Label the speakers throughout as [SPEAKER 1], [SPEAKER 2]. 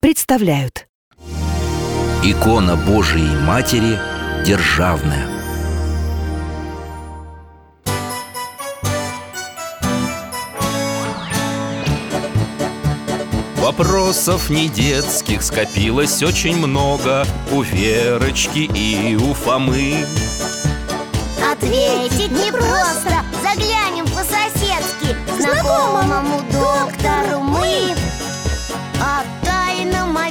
[SPEAKER 1] представляют
[SPEAKER 2] Икона Божией Матери державная.
[SPEAKER 3] Вопросов не детских скопилось очень много У Верочки и у Фомы
[SPEAKER 4] Ответить непросто Заглянем по-соседски к Знакомому доктору мы О тайном, о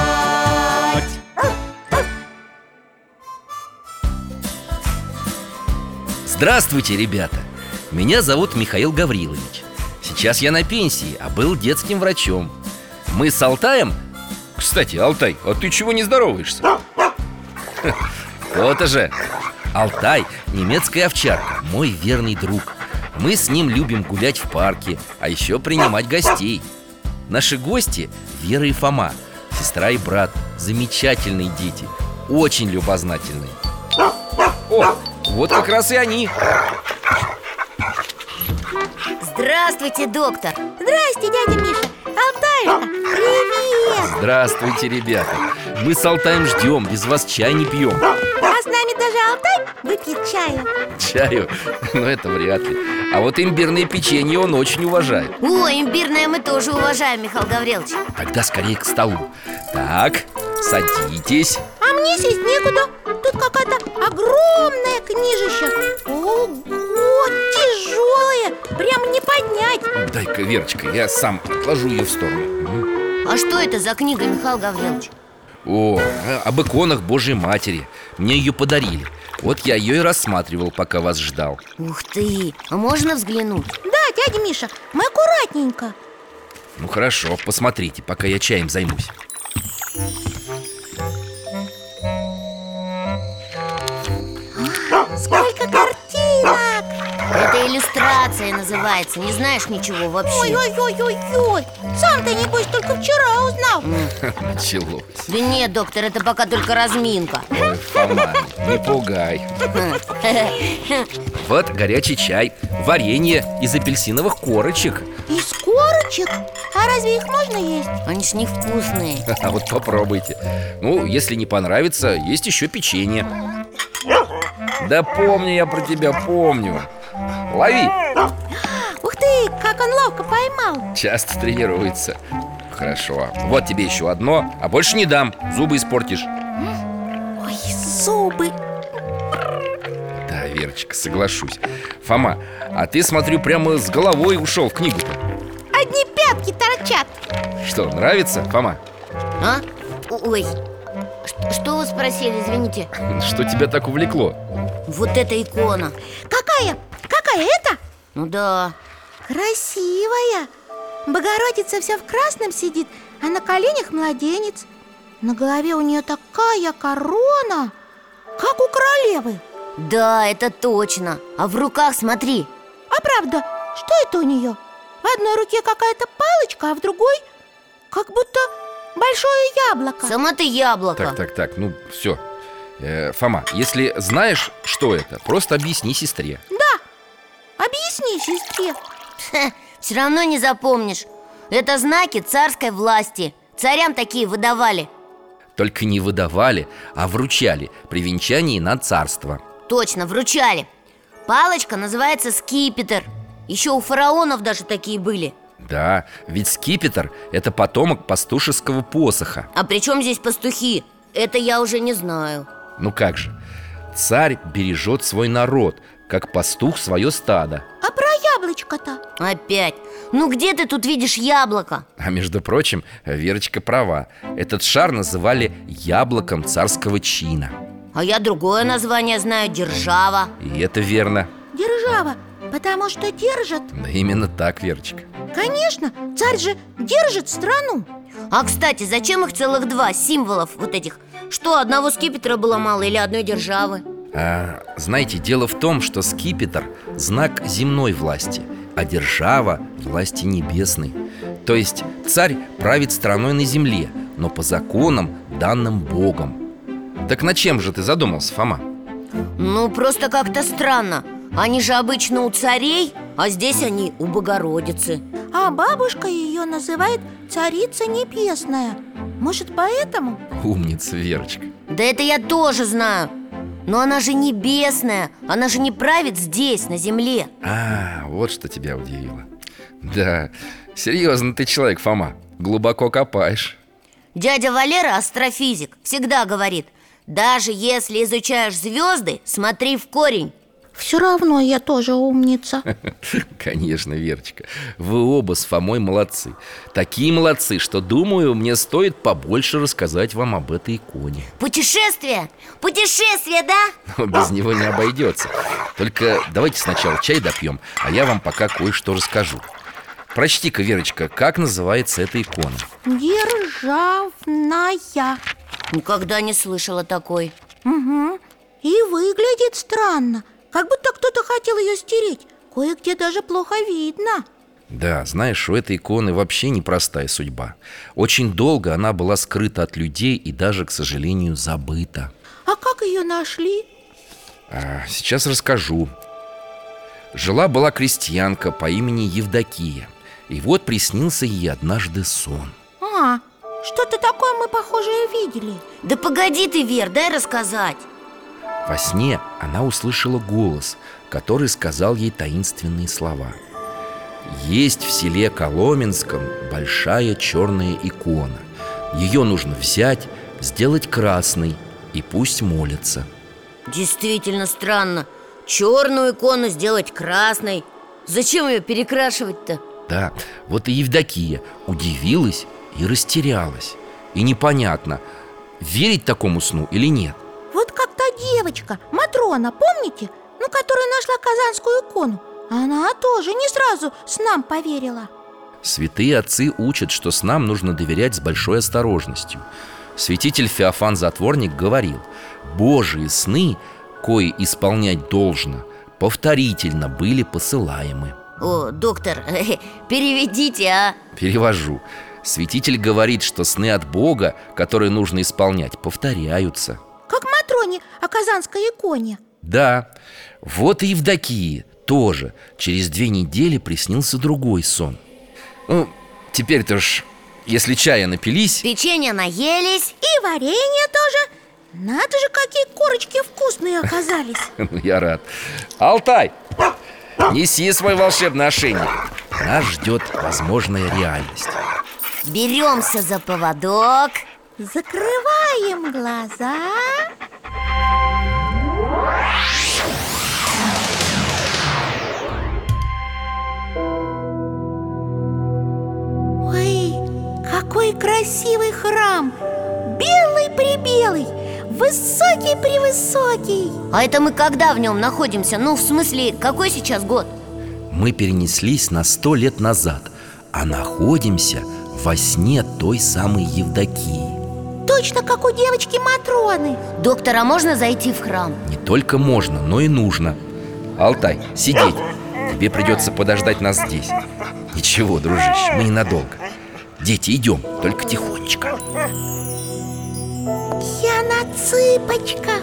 [SPEAKER 2] Здравствуйте, ребята! Меня зовут Михаил Гаврилович. Сейчас я на пенсии, а был детским врачом. Мы с Алтаем... Кстати, Алтай, а ты чего не здороваешься? То-то же! Алтай – немецкая овчарка, мой верный друг. Мы с ним любим гулять в парке, а еще принимать гостей. Наши гости – Вера и Фома, сестра и брат, замечательные дети, очень любознательные. О, вот как раз и они.
[SPEAKER 4] Здравствуйте, доктор Здрасте, дядя Миша Алтайка, привет
[SPEAKER 2] Здравствуйте, ребята Мы с Алтаем ждем, без вас чай не пьем
[SPEAKER 4] А с нами даже Алтай выпьет чаю
[SPEAKER 2] Чаю? Ну, это вряд ли А вот имбирные печенье он очень уважает
[SPEAKER 4] О, имбирное мы тоже уважаем, Михаил Гаврилович
[SPEAKER 2] Тогда скорее к столу Так, садитесь
[SPEAKER 4] А мне сесть некуда Тут какая-то огромная книжища Ого, тяжелая Прям не поднять
[SPEAKER 2] Дай-ка, Верочка, я сам отложу ее в сторону М.
[SPEAKER 4] А что это за книга, Михаил Гаврилович?
[SPEAKER 2] О, э, об иконах Божьей Матери Мне ее подарили Вот я ее и рассматривал, пока вас ждал
[SPEAKER 4] Ух ты, а можно взглянуть?
[SPEAKER 5] Да, дядя Миша, мы аккуратненько
[SPEAKER 2] Ну, хорошо, посмотрите, пока я чаем займусь
[SPEAKER 5] Сколько картинок!
[SPEAKER 4] Это иллюстрация называется, не знаешь ничего вообще
[SPEAKER 5] Ой-ой-ой-ой-ой Сам ты, небось, только вчера узнал
[SPEAKER 2] Началось
[SPEAKER 4] Да нет, доктор, это пока только разминка
[SPEAKER 2] Ой, Фома, не пугай Вот горячий чай, варенье из апельсиновых корочек
[SPEAKER 5] Из корочек? А разве их можно есть?
[SPEAKER 4] Они ж невкусные
[SPEAKER 2] А вот попробуйте Ну, если не понравится, есть еще печенье Да помню я про тебя, помню Лови,
[SPEAKER 5] Ух ты, как он ловко поймал
[SPEAKER 2] часто тренируется Хорошо, вот тебе еще одно, а больше не дам, зубы испортишь
[SPEAKER 5] Ой, зубы
[SPEAKER 2] Да, Верочка, соглашусь Фома, а ты, смотрю, прямо с головой ушел в книгу-то
[SPEAKER 5] Одни пятки торчат
[SPEAKER 2] Что, нравится, Фома?
[SPEAKER 4] А? О- Ой, Ш- что вы спросили, извините?
[SPEAKER 2] Что тебя так увлекло?
[SPEAKER 4] Вот эта икона
[SPEAKER 5] Какая? Какая это?
[SPEAKER 4] Ну да,
[SPEAKER 5] Красивая Богородица вся в красном сидит, а на коленях младенец На голове у нее такая корона, как у королевы
[SPEAKER 4] да, это точно А в руках смотри
[SPEAKER 5] А правда, что это у нее? В одной руке какая-то палочка, а в другой как будто большое яблоко
[SPEAKER 4] Сама ты яблоко
[SPEAKER 2] Так, так, так, ну все Фома, если знаешь, что это, просто объясни сестре
[SPEAKER 5] Объясни сестре
[SPEAKER 4] Все равно не запомнишь Это знаки царской власти Царям такие выдавали
[SPEAKER 2] Только не выдавали, а вручали при венчании на царство
[SPEAKER 4] Точно, вручали Палочка называется скипетр Еще у фараонов даже такие были
[SPEAKER 2] Да, ведь скипетр – это потомок пастушеского посоха
[SPEAKER 4] А при чем здесь пастухи? Это я уже не знаю
[SPEAKER 2] Ну как же, царь бережет свой народ, как пастух свое стадо
[SPEAKER 5] А про яблочко-то?
[SPEAKER 4] Опять Ну где ты тут видишь яблоко?
[SPEAKER 2] А между прочим, Верочка права Этот шар называли яблоком царского чина
[SPEAKER 4] А я другое название знаю, держава
[SPEAKER 2] И это верно
[SPEAKER 5] Держава, потому что держит
[SPEAKER 2] Да именно так, Верочка
[SPEAKER 5] Конечно, царь же держит страну
[SPEAKER 4] А, кстати, зачем их целых два символов вот этих? Что, одного скипетра было мало или одной державы?
[SPEAKER 2] А, Знаете, дело в том, что скипетр – знак земной власти А держава – власти небесной То есть царь правит страной на земле Но по законам, данным Богом Так на чем же ты задумался, Фома?
[SPEAKER 4] Ну, просто как-то странно Они же обычно у царей, а здесь они у Богородицы
[SPEAKER 5] А бабушка ее называет царица небесная Может, поэтому?
[SPEAKER 2] Умница, Верочка
[SPEAKER 4] Да это я тоже знаю Но она же небесная, она же не правит здесь, на земле
[SPEAKER 2] А, вот что тебя удивило Да, серьезно ты человек, Фома Глубоко копаешь
[SPEAKER 4] Дядя Валера, астрофизик, всегда говорит Даже если изучаешь звезды, смотри в корень
[SPEAKER 5] Все равно я тоже умница
[SPEAKER 2] Конечно, Верочка Вы оба с Фомой молодцы Такие молодцы, что, думаю, мне стоит побольше рассказать вам об этой иконе
[SPEAKER 4] Путешествие? Путешествие, да?
[SPEAKER 2] Но без него не обойдется Только давайте сначала чай допьем А я вам пока кое-что расскажу Прочти-ка, Верочка, как называется эта икона?
[SPEAKER 5] Державная
[SPEAKER 4] Никогда не слышала такой
[SPEAKER 5] Мгм. И выглядит странно Как будто кто-то хотел ее стереть Кое-где даже плохо видно
[SPEAKER 2] Да, знаешь, у этой иконы вообще непростая судьба Очень долго она была скрыта от людей и даже, к сожалению, забыта
[SPEAKER 5] А как ее нашли?
[SPEAKER 2] А, Сейчас расскажу. Жила-была крестьянка по имени Евдокия. И вот приснился ей однажды сон.
[SPEAKER 5] А, что-то такое мы, похоже, и видели
[SPEAKER 4] Да погоди ты, Вер, дай рассказать
[SPEAKER 2] Во сне она услышала голос, который сказал ей таинственные слова. Есть в селе Коломенском большая черная икона. Ее нужно взять, сделать красной и пусть молятся.
[SPEAKER 4] Действительно странно Черную икону сделать красной Зачем ее перекрашивать-то?
[SPEAKER 2] Да, вот и Евдокия удивилась и растерялась. И непонятно, верить такому сну или нет.
[SPEAKER 5] Вот как та девочка, Матрона, помните? Ну, которая нашла казанскую икону Она тоже не сразу с нам поверила
[SPEAKER 2] Святые отцы учат, что снам нужно доверять с большой осторожностью. Святитель Феофан Затворник говорил, «Божьи сны, кои исполнять должно, повторительно были посылаемы».
[SPEAKER 4] О, доктор, э, переведите, а
[SPEAKER 2] Перевожу. Святитель говорит, что сны от Бога, которые нужно исполнять, повторяются.
[SPEAKER 5] Как Матроне о казанской иконе
[SPEAKER 2] Да, вот и Евдокии тоже Через две недели приснился другой сон Ну, теперь-то ж, если чая напились
[SPEAKER 4] Печенье наелись
[SPEAKER 5] И варенье тоже Надо же, какие корочки вкусные оказались
[SPEAKER 2] Ну, я рад Алтай, неси свой волшебный ошейник Нас ждет возможная реальность
[SPEAKER 4] Беремся за поводок
[SPEAKER 5] Закрываем глаза Ой, какой красивый храм Белый-прибелый Высокий-превысокий
[SPEAKER 4] А это мы когда в нем находимся? Ну, в смысле, какой сейчас год?
[SPEAKER 2] Мы перенеслись на сто лет назад А находимся во сне той самой Евдокии
[SPEAKER 5] Точно как у девочки Матроны
[SPEAKER 4] Доктор, а можно зайти в храм?
[SPEAKER 2] Не только можно, но и нужно Алтай, сидеть Тебе придется подождать нас здесь Ничего, дружище, мы ненадолго Дети, идем, только тихонечко
[SPEAKER 5] Я на цыпочках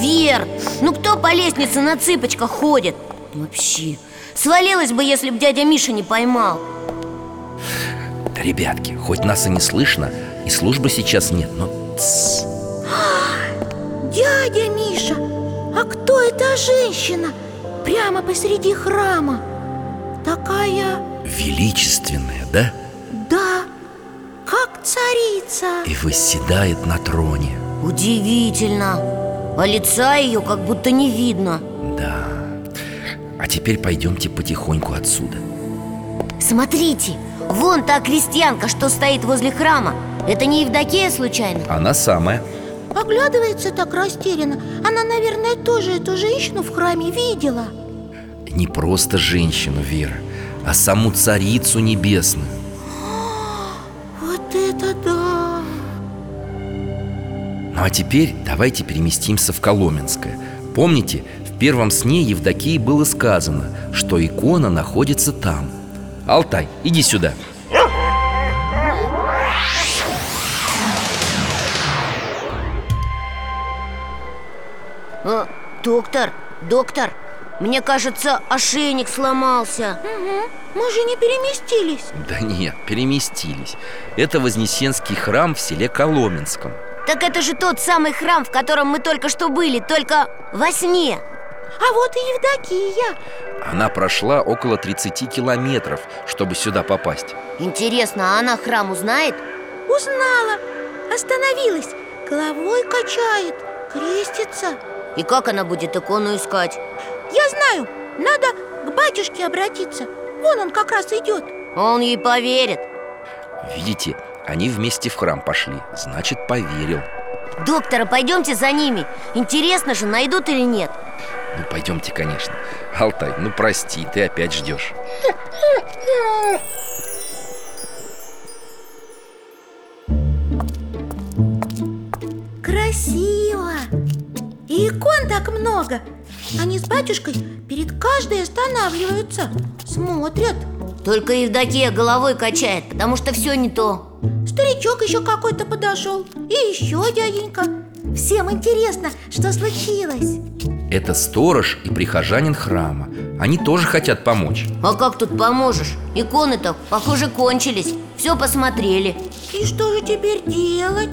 [SPEAKER 4] Вер, ну кто по лестнице на цыпочках ходит? Вообще, свалилась бы, если бы дядя Миша не поймал
[SPEAKER 2] Да, ребятки, хоть нас и не слышно И службы сейчас нет, но... тсс.
[SPEAKER 5] Дядя Миша, а кто эта женщина? Прямо посреди храма Такая,
[SPEAKER 2] Величественное, да?
[SPEAKER 5] да, как царица
[SPEAKER 2] и восседает на троне.
[SPEAKER 4] Удивительно А лица ее как будто не видно
[SPEAKER 2] Да. А теперь пойдемте потихоньку отсюда.
[SPEAKER 4] Смотрите, вон та крестьянка, что стоит возле храма Это не Евдокия случайно?
[SPEAKER 2] Она самая.
[SPEAKER 5] Оглядывается так растерянно Она, наверное, тоже эту женщину в храме видела
[SPEAKER 2] Не просто женщину, Вера, а саму царицу небесную.
[SPEAKER 5] Вот это да!
[SPEAKER 2] Ну а теперь давайте переместимся в Коломенское. Помните, в первом сне Евдокии было сказано, что икона находится там. Алтай, иди сюда.
[SPEAKER 4] Э, доктор, доктор, мне кажется, ошейник сломался
[SPEAKER 5] Мы же не переместились
[SPEAKER 2] Да нет, переместились. Это Вознесенский храм в селе Коломенском.
[SPEAKER 4] Так это же тот самый храм, в котором мы только что были, только во сне
[SPEAKER 5] А вот и Евдокия
[SPEAKER 2] Она прошла около 30 километров, чтобы сюда попасть.
[SPEAKER 4] Интересно, а она храм узнает?
[SPEAKER 5] Узнала, остановилась, головой качает, крестится
[SPEAKER 4] И как она будет икону искать?
[SPEAKER 5] Я знаю, надо к батюшке обратиться Вон он как раз идет
[SPEAKER 4] А Он ей поверит
[SPEAKER 2] Видите, они вместе в храм пошли, значит, поверил.
[SPEAKER 4] Доктора, пойдемте за ними Интересно же, найдут или нет
[SPEAKER 2] Ну, пойдемте, конечно. Алтай, ну прости, ты опять ждешь.
[SPEAKER 5] Красиво И икон так много Они с батюшкой перед каждой останавливаются Смотрят
[SPEAKER 4] Только Евдокия головой качает, потому что все не то
[SPEAKER 5] Старичок еще какой-то подошел И еще дяденька Всем интересно, что случилось
[SPEAKER 2] Это сторож и прихожанин храма. Они тоже хотят помочь.
[SPEAKER 4] А как тут поможешь? Иконы-то, похоже, кончились Все посмотрели
[SPEAKER 5] И что же теперь делать?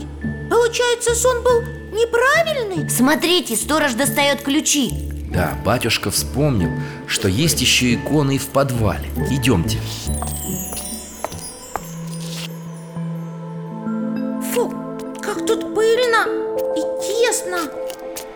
[SPEAKER 5] Получается, сон был неправильный?
[SPEAKER 4] Смотрите, сторож достает ключи
[SPEAKER 2] Да, батюшка вспомнил, что есть еще иконы и в подвале. Идемте.
[SPEAKER 5] Фу, как тут пыльно и тесно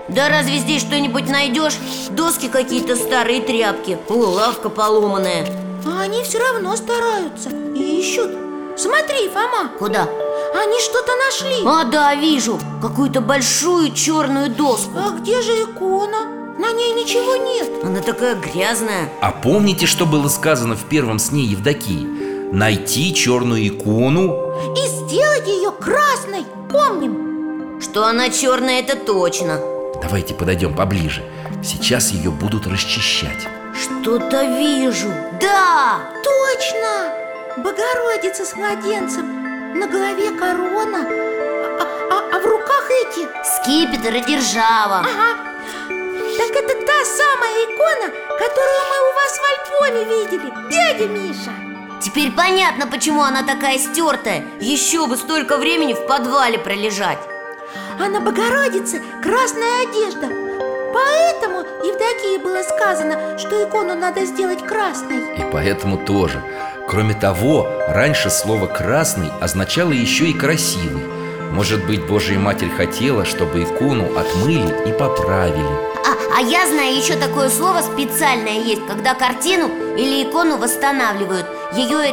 [SPEAKER 4] Да разве здесь что-нибудь найдешь? Доски какие-то старые, тряпки О, лавка поломанная
[SPEAKER 5] А они все равно стараются и ищут Смотри, Фома,
[SPEAKER 4] Куда?
[SPEAKER 5] они что-то нашли
[SPEAKER 4] А, да, вижу Какую-то большую черную доску
[SPEAKER 5] А где же икона? На ней ничего нет
[SPEAKER 4] Она такая грязная
[SPEAKER 2] А помните, что было сказано в первом сне Евдокии? Найти черную икону?
[SPEAKER 5] И сделать ее красной, помним
[SPEAKER 4] Что она черная, это точно
[SPEAKER 2] Давайте подойдем поближе. Сейчас ее будут расчищать.
[SPEAKER 4] Что-то вижу Да!
[SPEAKER 5] Точно! Богородица с младенцем На голове корона А, а- а в руках эти
[SPEAKER 4] Скипетр и держава
[SPEAKER 5] Ага Так это та самая икона, которую мы у вас в альбоме видели Дядя Миша
[SPEAKER 4] Теперь понятно, почему она такая стертая Еще бы столько времени в подвале пролежать
[SPEAKER 5] А на Богородице красная одежда Поэтому Евдокии было сказано, что икону надо сделать красной
[SPEAKER 2] И поэтому тоже. Кроме того, раньше слово «красный» означало еще и «красивый». Может быть, Божья Матерь хотела, чтобы икону отмыли и поправили.
[SPEAKER 4] а, а я знаю еще такое слово специальное есть Когда картину или икону восстанавливают Ее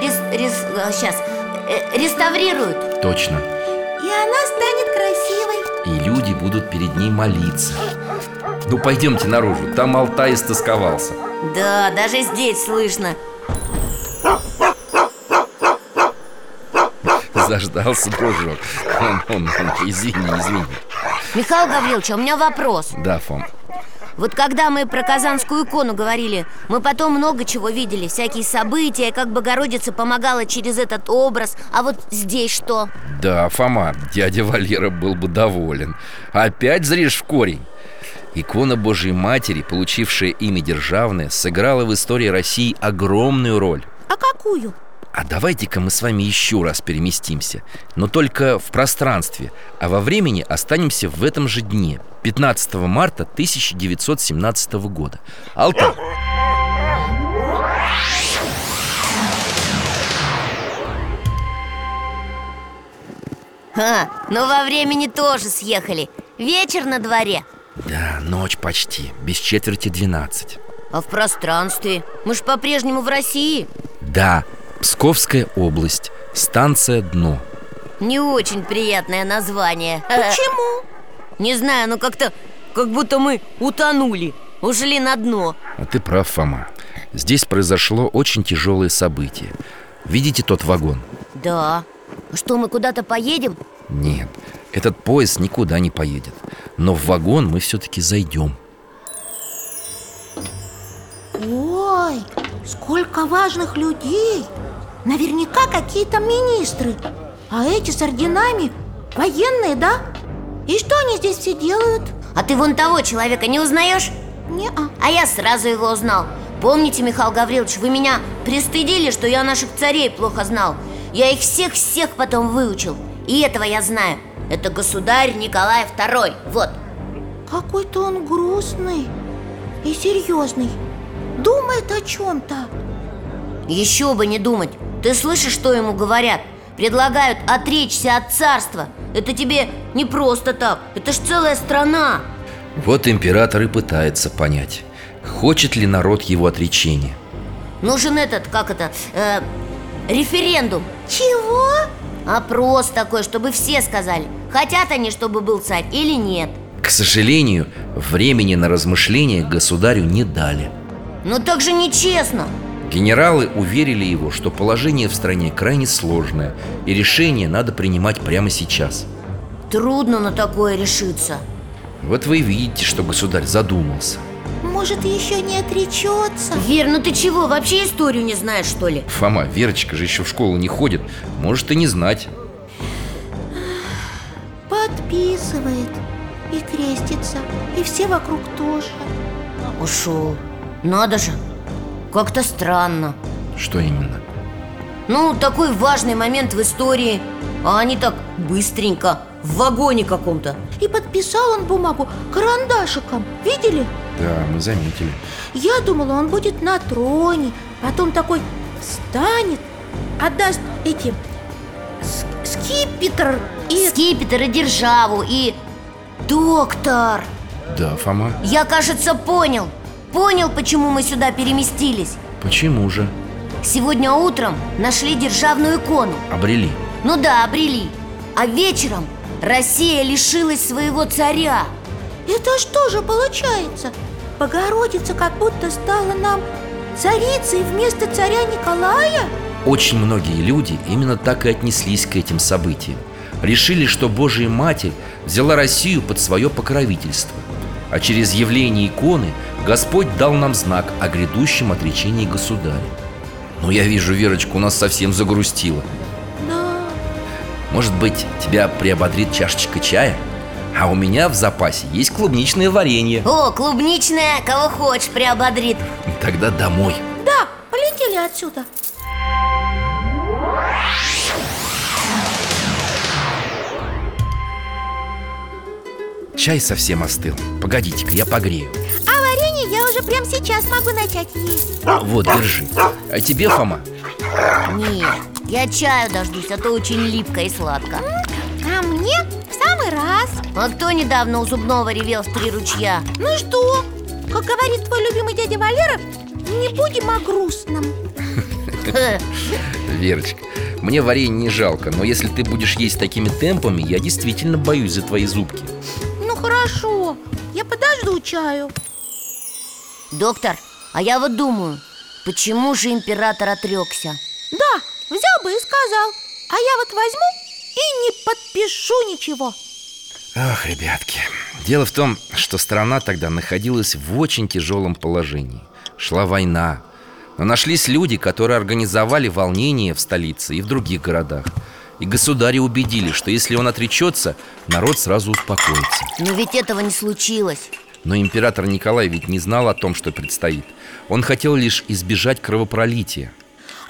[SPEAKER 4] сейчас, э, реставрируют
[SPEAKER 2] Точно.
[SPEAKER 5] И она станет красивой
[SPEAKER 2] И люди будут перед ней молиться. Ну, пойдемте наружу, там Алтай истосковался.
[SPEAKER 4] Да, даже здесь слышно
[SPEAKER 2] Заждался дружок. Он, он, он, извини, извини.
[SPEAKER 4] Михаил Гаврилович, а у меня вопрос
[SPEAKER 2] Да, Фом.
[SPEAKER 4] Вот когда мы про Казанскую икону говорили, мы потом много чего видели, всякие события, как Богородица помогала через этот образ, а вот здесь что?
[SPEAKER 2] Да, Фома, дядя Валера был бы доволен. Опять зришь в корень. Икона Божьей Матери, получившая имя державное, сыграла в истории России огромную роль.
[SPEAKER 5] А какую?
[SPEAKER 2] А давайте-ка мы с вами еще раз переместимся, но только в пространстве, а во времени останемся в этом же дне, 15 марта 1917 года. Алтай,
[SPEAKER 4] Ха, но во времени тоже съехали Вечер на дворе
[SPEAKER 2] Да, ночь почти, без четверти двенадцать
[SPEAKER 4] А в пространстве? Мы ж по-прежнему в России
[SPEAKER 2] Да, Псковская область, станция «Дно»
[SPEAKER 4] Не очень приятное название
[SPEAKER 5] Почему?
[SPEAKER 4] Не знаю, но как-то... Как будто мы утонули Ушли на дно
[SPEAKER 2] А ты прав, Фома Здесь произошло очень тяжелое событие Видите тот вагон?
[SPEAKER 4] Да Что, мы куда-то поедем?
[SPEAKER 2] Нет, этот поезд никуда не поедет Но в вагон мы все-таки зайдем
[SPEAKER 5] Ой, сколько важных людей Наверняка какие-то министры А эти с орденами военные, да? И что они здесь все делают?
[SPEAKER 4] А ты вон того человека не узнаешь?
[SPEAKER 5] Неа.
[SPEAKER 4] А я сразу его узнал Помните, Михаил Гаврилович, вы меня пристыдили, что я наших царей плохо знал Я их всех-всех потом выучил И этого я знаю Это государь Николай II Вот
[SPEAKER 5] Какой-то он грустный и серьезный Думает о чем-то
[SPEAKER 4] Еще бы не думать Ты слышишь, что ему говорят? Предлагают отречься от царства Это тебе не просто так Это ж целая страна
[SPEAKER 2] Вот император и пытается понять Хочет ли народ его отречения
[SPEAKER 4] Нужен этот, как это, э, референдум
[SPEAKER 5] Чего?
[SPEAKER 4] Опрос такой, чтобы все сказали Хотят они, чтобы был царь или нет
[SPEAKER 2] К сожалению, времени на размышления государю не дали
[SPEAKER 4] Ну так же нечестно
[SPEAKER 2] Генералы уверили его, что положение в стране крайне сложное И решение надо принимать прямо сейчас
[SPEAKER 4] Трудно на такое решиться
[SPEAKER 2] Вот вы и видите, что государь задумался
[SPEAKER 5] Может, еще не отречется?
[SPEAKER 4] Вер, ну ты чего, вообще историю не знаешь, что ли?
[SPEAKER 2] Фома, Верочка же еще в школу не ходит Может и не знать
[SPEAKER 5] Подписывает и крестится И все вокруг тоже
[SPEAKER 4] Ушел Надо же Как-то странно
[SPEAKER 2] Что именно?
[SPEAKER 4] Ну, такой важный момент в истории А они так быстренько В вагоне каком-то
[SPEAKER 5] И подписал он бумагу карандашиком Видели?
[SPEAKER 2] Да, мы заметили
[SPEAKER 5] Я думала, он будет на троне Потом такой встанет Отдаст эти с- скипетр и...
[SPEAKER 4] Скипетр и державу и... Доктор
[SPEAKER 2] Да, Фома,
[SPEAKER 4] Я, кажется, понял Понял, почему мы сюда переместились
[SPEAKER 2] почему же?
[SPEAKER 4] Сегодня утром нашли державную икону
[SPEAKER 2] Обрели
[SPEAKER 4] Ну да, обрели А вечером Россия лишилась своего царя
[SPEAKER 5] Это что же получается? Богородица как будто стала нам царицей вместо царя Николая?
[SPEAKER 2] Очень многие люди именно так и отнеслись к этим событиям. Решили, что Божья Матерь взяла Россию под свое покровительство. А через явление иконы Господь дал нам знак о грядущем отречении государя. Но я вижу, Верочка, у нас совсем загрустила.
[SPEAKER 5] Да,
[SPEAKER 2] Может быть, тебя приободрит чашечка чая? А у меня в запасе есть клубничное варенье.
[SPEAKER 4] О, клубничная, кого хочешь, приободрит
[SPEAKER 2] Тогда домой.
[SPEAKER 5] да, полетели отсюда
[SPEAKER 2] Чай совсем остыл. Погодите-ка, я погрею.
[SPEAKER 5] А варенье я уже прямо сейчас могу начать есть
[SPEAKER 2] Вот, держи. А тебе, Фома,
[SPEAKER 4] Нет, я чаю дождусь, а то очень липко и сладко
[SPEAKER 5] А мне в самый раз
[SPEAKER 4] А кто недавно у зубного ревел в три ручья?
[SPEAKER 5] Ну и что? Как говорит твой любимый дядя Валера, не будем о грустном
[SPEAKER 4] Хе,
[SPEAKER 2] Верочка, мне варенье не жалко, но если ты будешь есть такими темпами, я действительно боюсь за твои зубки.
[SPEAKER 5] Ну хорошо, я подожду чаю
[SPEAKER 4] Доктор, а я вот думаю, почему же император отрекся?
[SPEAKER 5] Да, взял бы и сказал А я вот возьму и не подпишу ничего
[SPEAKER 2] Ах, ребятки. Дело в том, что страна тогда находилась в очень тяжелом положении. Шла война. Но нашлись люди, которые организовали волнение в столице и в других городах. И государя убедили, что если он отречется, народ сразу успокоится.
[SPEAKER 4] Но ведь этого не случилось
[SPEAKER 2] Но император Николай ведь не знал о том, что предстоит. Он хотел лишь избежать кровопролития.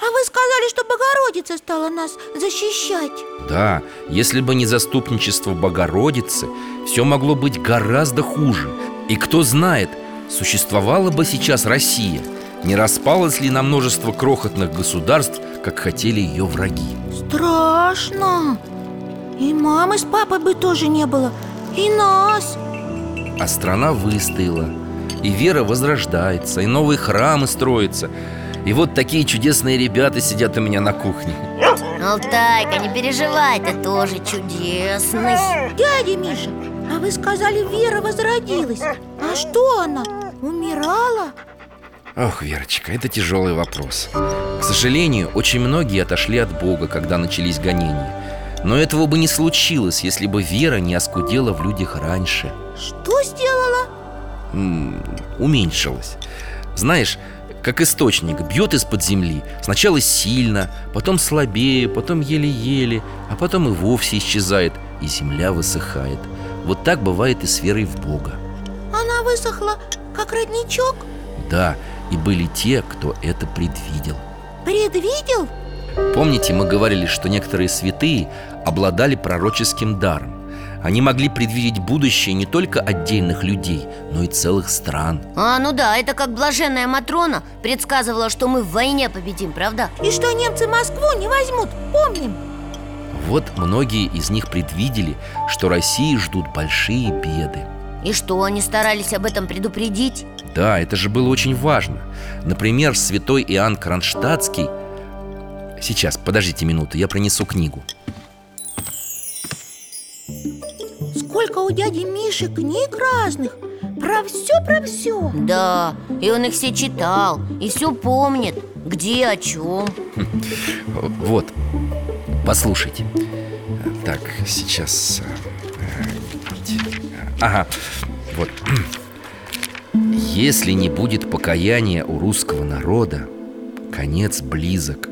[SPEAKER 5] А вы сказали, что Богородица стала нас защищать
[SPEAKER 2] Да, если бы не заступничество Богородицы, все могло быть гораздо хуже. И кто знает, существовала бы сейчас Россия, не распалась ли на множество крохотных государств, как хотели ее враги.
[SPEAKER 5] Страшно И мамы с папой бы тоже не было И нас
[SPEAKER 2] А страна выстояла И вера возрождается, и новые храмы строятся И вот такие чудесные ребята сидят у меня на кухне
[SPEAKER 4] Алтайка, не переживай, ты тоже чудесный
[SPEAKER 5] Дядя Миша, а вы сказали, Вера возродилась А что она, умирала?
[SPEAKER 2] Ох, Верочка, это тяжелый вопрос К сожалению, очень многие отошли от Бога, когда начались гонения Но этого бы не случилось, если бы вера не оскудела в людях раньше
[SPEAKER 5] Что сделала?
[SPEAKER 2] М, уменьшилась. Знаешь, как источник бьет из-под земли Сначала сильно, потом слабее, потом еле-еле А потом и вовсе исчезает, и земля высыхает Вот так бывает и с верой в Бога
[SPEAKER 5] Она высохла, как родничок
[SPEAKER 2] Да, и были те, кто это предвидел
[SPEAKER 5] Предвидел?
[SPEAKER 2] Помните, мы говорили, что некоторые святые обладали пророческим даром Они могли предвидеть будущее не только отдельных людей, но и целых стран
[SPEAKER 4] А, ну да, это как блаженная Матрона предсказывала, что мы в войне победим, правда?
[SPEAKER 5] И что немцы Москву не возьмут, помним
[SPEAKER 2] Вот многие из них предвидели, что России ждут большие беды
[SPEAKER 4] И что, они старались об этом предупредить?
[SPEAKER 2] Да, это же было очень важно Например, святой Иоанн Кронштадтский Сейчас, подождите минуту, я принесу книгу
[SPEAKER 5] Сколько у дяди Миши книг разных Про все, про все
[SPEAKER 4] Да, и он их все читал, и все помнит, где, о чем
[SPEAKER 2] Вот, послушайте Так, сейчас э, Ага, вот Если не будет покаяния у русского народа Конец близок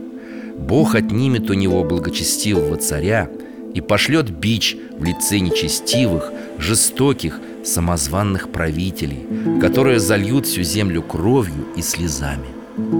[SPEAKER 2] Бог отнимет у него благочестивого царя И пошлет бич в лице нечестивых, жестоких, самозванных правителей Которые зальют всю землю кровью и слезами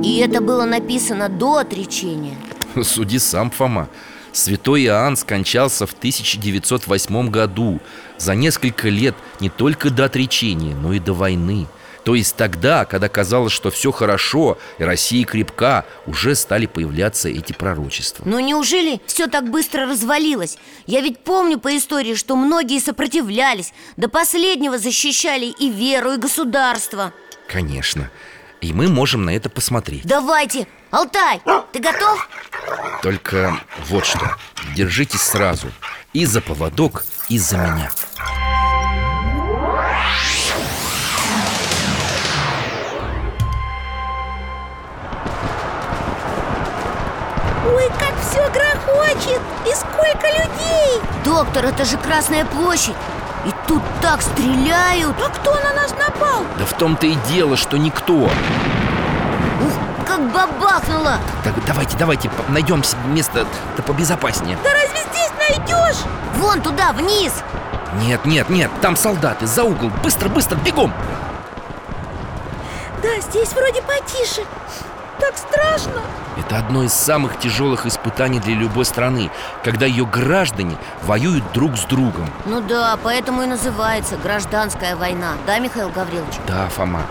[SPEAKER 4] И это было написано до отречения
[SPEAKER 2] Суди сам, Фома Святой Иоанн скончался в 1908 году За несколько лет не только до отречения, но и до войны То есть тогда, когда казалось, что все хорошо и Россия крепка Уже стали появляться эти пророчества
[SPEAKER 4] Ну неужели все так быстро развалилось? Я ведь помню по истории, что многие сопротивлялись До последнего защищали и веру, и государство
[SPEAKER 2] Конечно и мы можем на это посмотреть
[SPEAKER 4] Давайте, Алтай, ты готов?
[SPEAKER 2] Только вот что Держитесь сразу И за поводок, и за меня
[SPEAKER 5] Ой, как все грохочет И сколько людей
[SPEAKER 4] Доктор, это же Красная площадь И тут так стреляют
[SPEAKER 5] А кто на нас напал?
[SPEAKER 2] Да в том-то и дело, что никто
[SPEAKER 4] Ух, как бабахнуло
[SPEAKER 2] Так, давайте, давайте, по- найдем себе место да побезопаснее
[SPEAKER 5] Да разве здесь найдешь?
[SPEAKER 4] Вон туда, вниз
[SPEAKER 2] Нет, нет, нет, там солдаты, за угол, быстро, быстро, бегом
[SPEAKER 5] Да, здесь вроде потише Так страшно
[SPEAKER 2] Это одно из самых тяжелых испытаний для любой страны Когда ее граждане воюют друг с другом
[SPEAKER 4] Ну да, поэтому и называется гражданская война Да, Михаил Гаврилович?
[SPEAKER 2] Да, Фома,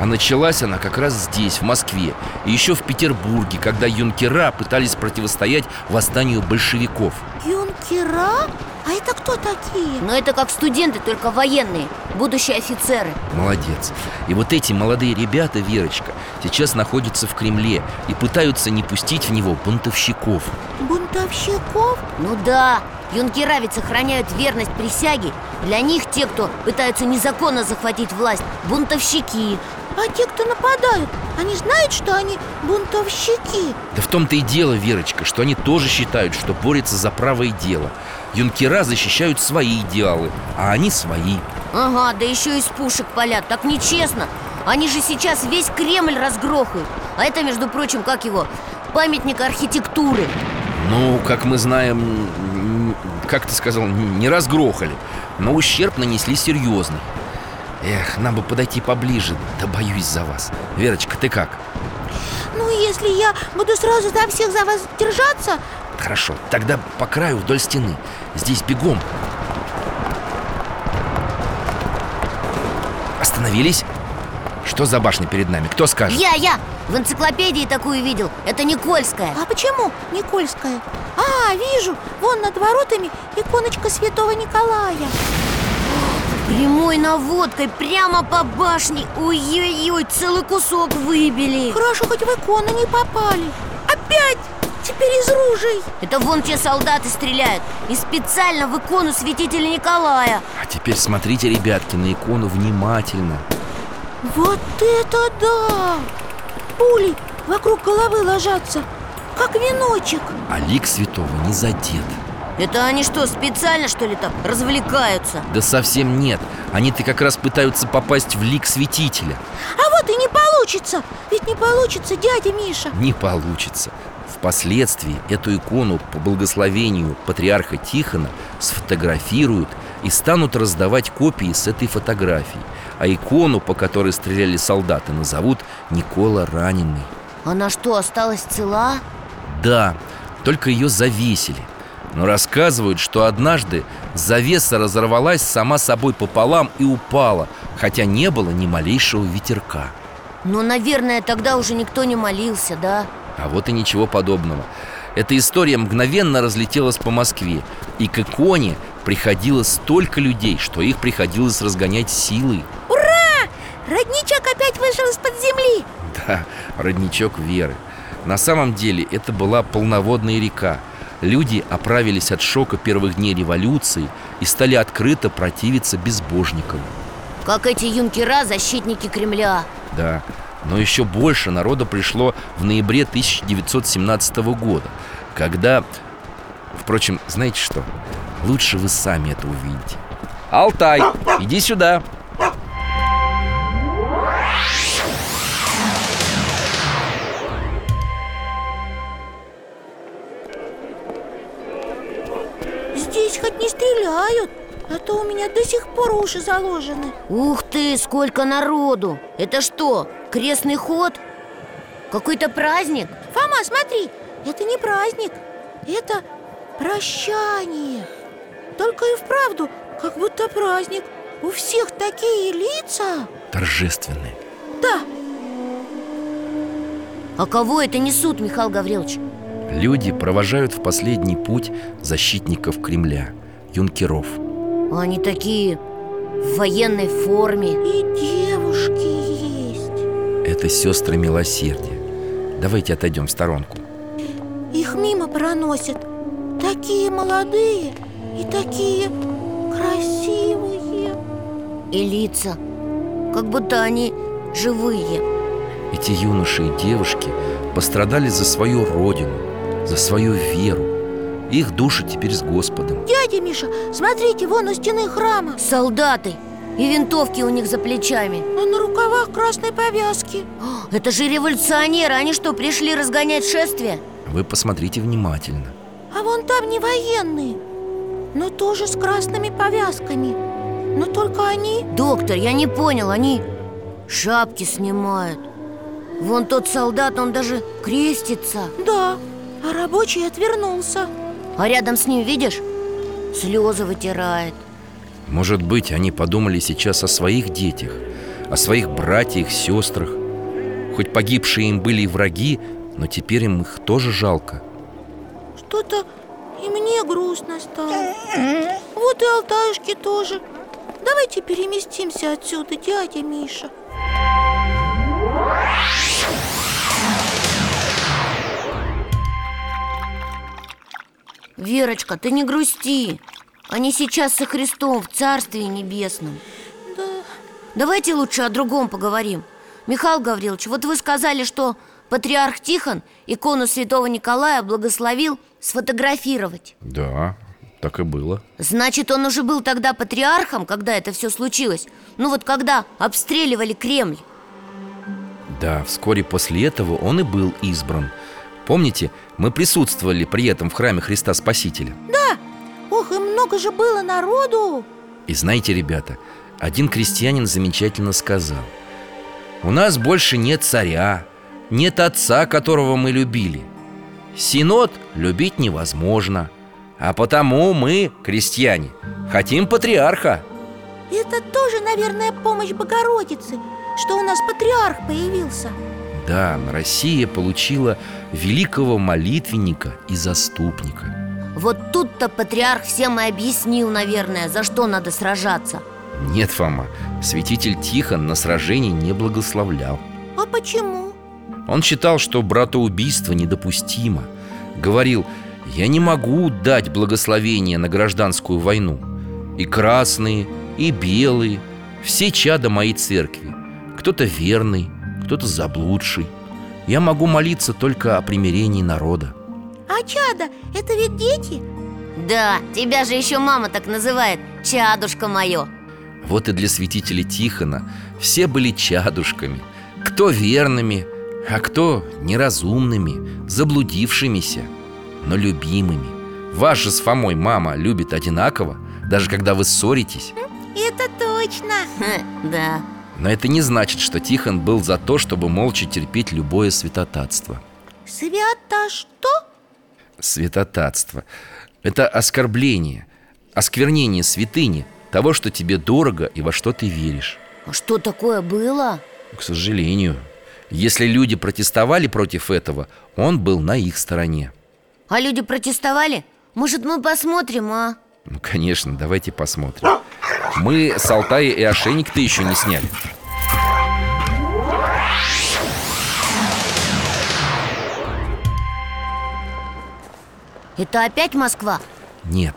[SPEAKER 2] а началась она как раз здесь, в Москве И еще в Петербурге, когда юнкера пытались противостоять восстанию большевиков
[SPEAKER 5] Юнкера? А это кто такие?
[SPEAKER 4] Но это как студенты, только военные Будущие офицеры
[SPEAKER 2] Молодец И вот эти молодые ребята, Верочка, сейчас находятся в Кремле И пытаются не пустить в него бунтовщиков
[SPEAKER 5] Бунтовщиков?
[SPEAKER 4] Ну да, юнкера ведь сохраняют верность присяге Для них те, кто пытаются незаконно захватить власть Бунтовщики
[SPEAKER 5] А те, кто нападают, они знают, что они бунтовщики
[SPEAKER 2] Да в том-то и дело, Верочка, что они тоже считают, что борются за правое дело. Юнкера защищают свои идеалы, а они свои.
[SPEAKER 4] Ага, да еще из пушек палят, так нечестно Они же сейчас весь Кремль разгрохают А это, между прочим, как его, памятник архитектуры
[SPEAKER 2] Ну, как мы знаем, м, м, как ты сказал, м, не разгрохали, но ущерб нанесли серьезный. Эх, нам бы подойти поближе, да боюсь за вас. Верочка, ты как?
[SPEAKER 5] Ну, если я буду сразу за всех за вас держаться
[SPEAKER 2] Хорошо, тогда по краю вдоль стены. Здесь бегом. Остановились? Что за башня перед нами? Кто скажет?
[SPEAKER 4] Я, я в энциклопедии такую видел Это Никольская
[SPEAKER 5] А почему Никольская? А, Да, вижу, вон над воротами иконочка святого Николая
[SPEAKER 4] Прямой наводкой прямо по башне Ой-ой-ой, целый кусок выбили
[SPEAKER 5] Хорошо, хоть в икону не попали Опять! Теперь из ружей
[SPEAKER 4] Это вон те солдаты стреляют И специально в икону святителя Николая
[SPEAKER 2] А теперь смотрите, ребятки, на икону внимательно
[SPEAKER 5] Вот это да! Пули вокруг головы ложатся, как веночек
[SPEAKER 2] А лик святого не задет
[SPEAKER 4] Это они что, специально что ли там развлекаются?
[SPEAKER 2] Да совсем нет Они-то как раз пытаются попасть в лик святителя
[SPEAKER 5] А вот и не получится, ведь не получится, дядя Миша
[SPEAKER 2] Не получится Впоследствии эту икону по благословению патриарха Тихона сфотографируют и станут раздавать копии с этой фотографии. А икону, по которой стреляли солдаты, назовут Никола Раненый.
[SPEAKER 4] Она что, осталась цела?
[SPEAKER 2] Да, только ее завесили. Но рассказывают, что однажды завеса разорвалась сама собой пополам и упала, хотя не было ни малейшего ветерка.
[SPEAKER 4] Ну, наверное, тогда уже никто не молился, да?
[SPEAKER 2] А вот и ничего подобного. Эта история мгновенно разлетелась по Москве, и к иконе приходило столько людей, что их приходилось разгонять силой.
[SPEAKER 5] Родничок опять вышел из-под земли
[SPEAKER 2] Да, родничок веры. На самом деле это была полноводная река. Люди оправились от шока первых дней революции и стали открыто противиться безбожникам.
[SPEAKER 4] Как эти юнкера, защитники Кремля
[SPEAKER 2] Да, но еще больше народа пришло в ноябре 1917 года, когда... Впрочем, знаете что? Лучше вы сами это увидите. Алтай, иди сюда.
[SPEAKER 5] Здесь хоть не стреляют, а то у меня до сих пор уши заложены
[SPEAKER 4] Ух ты, сколько народу! Это что, крестный ход? Какой-то праздник?
[SPEAKER 5] Фома, смотри, это не праздник, это прощание Только и вправду, как будто праздник У всех такие лица
[SPEAKER 2] Торжественный.
[SPEAKER 5] Да,
[SPEAKER 4] А кого это несут, Михаил Гаврилович?
[SPEAKER 2] Люди провожают в последний путь защитников Кремля, юнкеров.
[SPEAKER 4] Они такие в военной форме
[SPEAKER 5] и девушки есть
[SPEAKER 2] Это сестры милосердия. Давайте отойдем в сторонку.
[SPEAKER 5] Их мимо проносят Такие молодые и такие красивые
[SPEAKER 4] и лица Как будто они живые
[SPEAKER 2] Эти юноши и девушки пострадали за свою родину, за свою веру. Их души теперь с Господом.
[SPEAKER 5] Дядя Миша, смотрите, вон у стены храма
[SPEAKER 4] Солдаты и винтовки у них за плечами
[SPEAKER 5] А на рукавах красной повязки
[SPEAKER 4] О, Это же революционеры, они что, пришли разгонять шествие?
[SPEAKER 2] Вы посмотрите внимательно.
[SPEAKER 5] А вон там не военные Но тоже с красными повязками Но только они
[SPEAKER 4] Доктор, я не понял, они шапки снимают Вон тот солдат, он даже крестится
[SPEAKER 5] Да, а рабочий отвернулся
[SPEAKER 4] А рядом с ним, видишь, слезы вытирает
[SPEAKER 2] Может быть, они подумали сейчас о своих детях, о своих братьях, сестрах. Хоть погибшие им были и враги, но теперь им их тоже жалко.
[SPEAKER 5] Что-то и мне грустно стало Вот и Алтаюшки тоже Давайте переместимся отсюда, дядя Миша
[SPEAKER 4] Верочка, ты не грусти Они сейчас со Христом в Царстве Небесном
[SPEAKER 5] Да,
[SPEAKER 4] Давайте лучше о другом поговорим Михаил Гаврилович, вот вы сказали, что патриарх Тихон икону святого Николая благословил сфотографировать
[SPEAKER 2] Да, так и было.
[SPEAKER 4] Значит, он уже был тогда патриархом, когда это все случилось Ну вот когда обстреливали Кремль
[SPEAKER 2] Да, вскоре после этого он и был избран. Помните, мы присутствовали при этом в храме Христа Спасителя.
[SPEAKER 5] ох, и много же было народу
[SPEAKER 2] И знаете, ребята, один крестьянин замечательно сказал «У нас больше нет царя, нет отца, которого мы любили Синод любить невозможно А потому мы, крестьяне, хотим патриарха»
[SPEAKER 5] Это тоже, наверное, помощь Богородицы, что у нас патриарх появился.
[SPEAKER 2] Да, Россия получила великого молитвенника и заступника
[SPEAKER 4] Вот тут-то патриарх всем и объяснил, наверное, за что надо сражаться
[SPEAKER 2] Нет, Фома, святитель Тихон на сражении не благословлял
[SPEAKER 5] А почему?
[SPEAKER 2] Он считал, что братоубийство недопустимо Говорил, я не могу дать благословение на гражданскую войну И красные, и белые, все чада моей церкви Кто-то верный, кто-то заблудший Я могу молиться только о примирении народа
[SPEAKER 5] А чада, это ведь дети?
[SPEAKER 4] Да, тебя же еще мама так называет Чадушка мое
[SPEAKER 2] Вот и для святителя Тихона все были чадушками Кто верными, а кто неразумными, заблудившимися, но любимыми Вас же с Фомой мама любит одинаково, даже когда вы ссоритесь
[SPEAKER 5] Это точно
[SPEAKER 4] Хм, Да,
[SPEAKER 2] Но это не значит, что Тихон был за то, чтобы молча терпеть любое святотатство
[SPEAKER 5] Свято что?
[SPEAKER 2] Святотатство – это оскорбление, осквернение святыни Того, что тебе дорого и во что ты веришь
[SPEAKER 4] а что такое было?
[SPEAKER 2] К сожалению. Если люди протестовали против этого, он был на их стороне.
[SPEAKER 4] А люди протестовали? Может, мы посмотрим, а?
[SPEAKER 2] Ну, конечно, давайте посмотрим. Мы с Алтая и ошейник-то еще не сняли.
[SPEAKER 4] Это опять Москва?
[SPEAKER 2] Нет,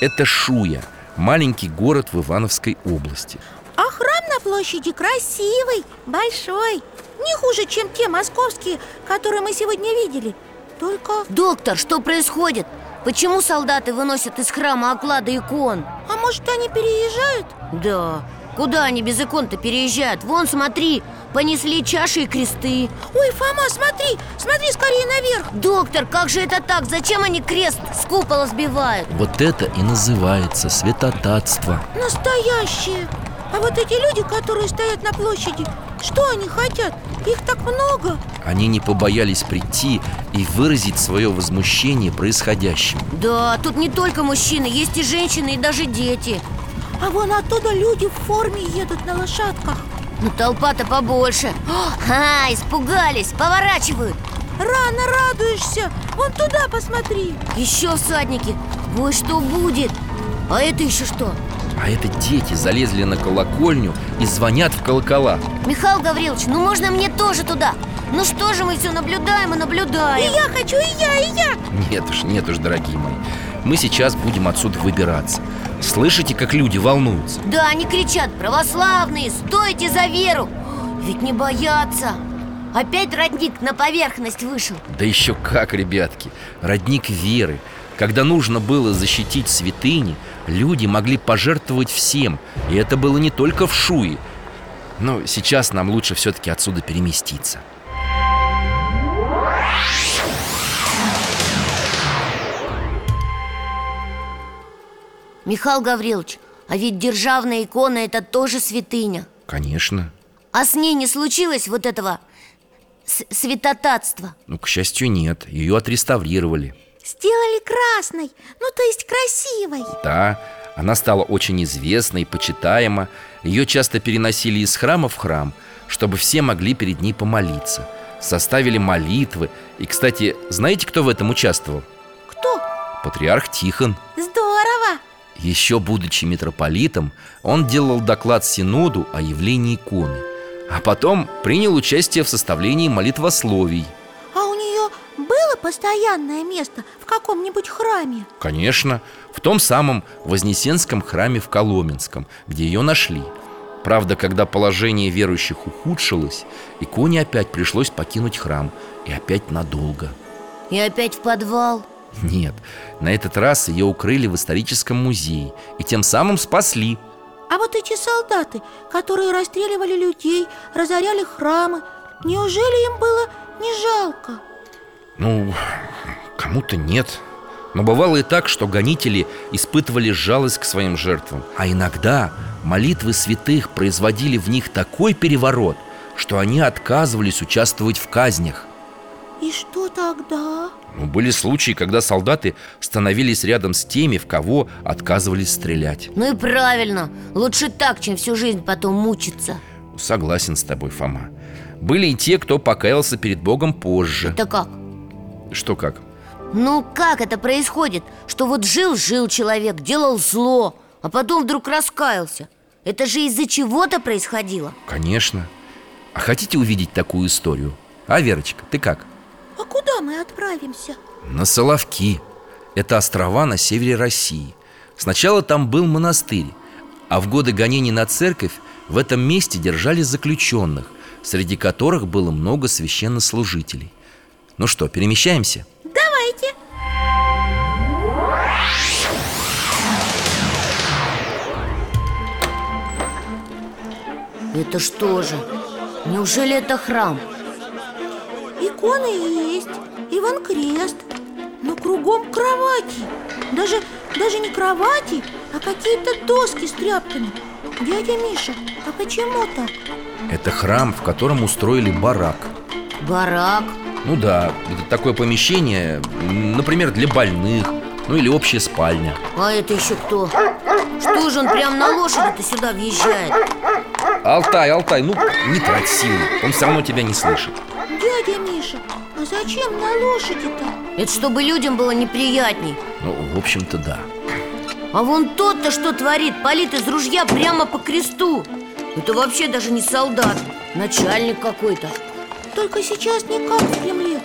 [SPEAKER 2] это Шуя, маленький город в Ивановской области.
[SPEAKER 5] А храм на площади красивый, большой Не хуже, чем те московские, которые мы сегодня видели Только,
[SPEAKER 4] Доктор, что происходит? Почему солдаты выносят из храма оклады икон?
[SPEAKER 5] а может они переезжают?
[SPEAKER 4] Да, куда они без икон-то переезжают? Вон, смотри, понесли чаши и кресты
[SPEAKER 5] Ой, Фома, смотри, смотри скорее наверх
[SPEAKER 4] Доктор, как же это так? Зачем они крест с купола сбивают?
[SPEAKER 2] Вот это и называется святотатство.
[SPEAKER 5] Настоящие А вот эти люди, которые стоят на площади Что они хотят? Их так много
[SPEAKER 2] Они не побоялись прийти и выразить свое возмущение происходящим.
[SPEAKER 4] Да, тут не только мужчины, есть и женщины, и даже дети
[SPEAKER 5] А вон оттуда люди в форме едут на лошадках
[SPEAKER 4] Но Ну, толпа-то побольше Ха, испугались, поворачивают
[SPEAKER 5] Рано радуешься, вон туда посмотри
[SPEAKER 4] Еще всадники, вот что будет А это еще что?
[SPEAKER 2] А это дети залезли на колокольню и звонят в колокола.
[SPEAKER 4] Михаил Гаврилович, ну можно мне тоже туда? Ну что же мы все наблюдаем и
[SPEAKER 5] И
[SPEAKER 4] наблюдаем?
[SPEAKER 5] я хочу, и я, и я
[SPEAKER 2] Нет уж, нет уж, дорогие мои Мы сейчас будем отсюда выбираться Слышите, как люди волнуются?
[SPEAKER 4] Да, они кричат, православные, стойте за веру Ведь не боятся Опять родник на поверхность вышел
[SPEAKER 2] Да еще как, ребятки Родник веры Когда нужно было защитить святыни Люди могли пожертвовать всем И это было не только в Шуе Но сейчас нам лучше все-таки отсюда переместиться
[SPEAKER 4] Михаил Гаврилович, а ведь державная икона это тоже святыня
[SPEAKER 2] Конечно
[SPEAKER 4] А с ней не случилось вот этого с- святотатства?
[SPEAKER 2] Ну, к счастью, нет Ее отреставрировали
[SPEAKER 5] Сделали красной, ну то есть красивой
[SPEAKER 2] Да, она стала очень известна и почитаема Ее часто переносили из храма в храм Чтобы все могли перед ней помолиться Составили молитвы И, кстати, знаете, кто в этом участвовал?
[SPEAKER 5] Кто?
[SPEAKER 2] Патриарх Тихон
[SPEAKER 5] Здорово!
[SPEAKER 2] Еще будучи митрополитом Он делал доклад Синоду о явлении иконы А потом принял участие в составлении молитвословий
[SPEAKER 5] А у нее было постоянное место в каком-нибудь храме?
[SPEAKER 2] Конечно, в том самом Вознесенском храме в Коломенском, где ее нашли. Правда, когда положение верующих ухудшилось, иконе опять пришлось покинуть храм, и опять надолго.
[SPEAKER 4] И опять в подвал
[SPEAKER 2] Нет, на этот раз ее укрыли в историческом музее и тем самым спасли.
[SPEAKER 5] А вот эти солдаты, которые расстреливали людей, разоряли храмы Неужели им было не жалко?
[SPEAKER 2] Ну, кому-то нет. Но бывало и так, что гонители испытывали жалость к своим жертвам. А иногда молитвы святых производили в них такой переворот, что они отказывались участвовать в казнях.
[SPEAKER 5] И что тогда?
[SPEAKER 2] Ну, были случаи, когда солдаты становились рядом с теми, в кого отказывались стрелять.
[SPEAKER 4] Ну и правильно, лучше так, чем всю жизнь потом мучиться
[SPEAKER 2] Согласен с тобой, Фома. Были и те, кто покаялся перед Богом позже.
[SPEAKER 4] Это как?
[SPEAKER 2] Что как?
[SPEAKER 4] Ну как это происходит, что вот жил-жил человек, делал зло, а потом вдруг раскаялся? Это же из-за чего-то происходило
[SPEAKER 2] Конечно А хотите увидеть такую историю? А, Верочка, ты как?
[SPEAKER 5] А куда мы отправимся?
[SPEAKER 2] На Соловки Это острова на севере России Сначала там был монастырь А в годы гонений на церковь В этом месте держали заключенных Среди которых было много священнослужителей Ну что, перемещаемся?
[SPEAKER 5] Давайте
[SPEAKER 4] Это что же? Неужели это храм?
[SPEAKER 5] Иконы есть, Иван Крест Но кругом кровати Даже, даже не кровати, а какие-то доски с тряпками Дядя Миша, а почему так?
[SPEAKER 2] Это храм, в котором устроили барак
[SPEAKER 4] Барак?
[SPEAKER 2] Ну да, это такое помещение, м, например, для больных Ну или общая спальня
[SPEAKER 4] А это еще кто? Что же он прям на лошади-то сюда въезжает?
[SPEAKER 2] Алтай, Алтай, ну не трать силы Он все равно тебя не слышит
[SPEAKER 5] Дядя Миша, а зачем на лошади-то?
[SPEAKER 4] Это чтобы людям было неприятней
[SPEAKER 2] Ну, в общем-то, да
[SPEAKER 4] А вон тот-то что творит, палит из ружья прямо по кресту Это вообще даже не солдат, начальник какой-то
[SPEAKER 5] Только сейчас не как в Кремле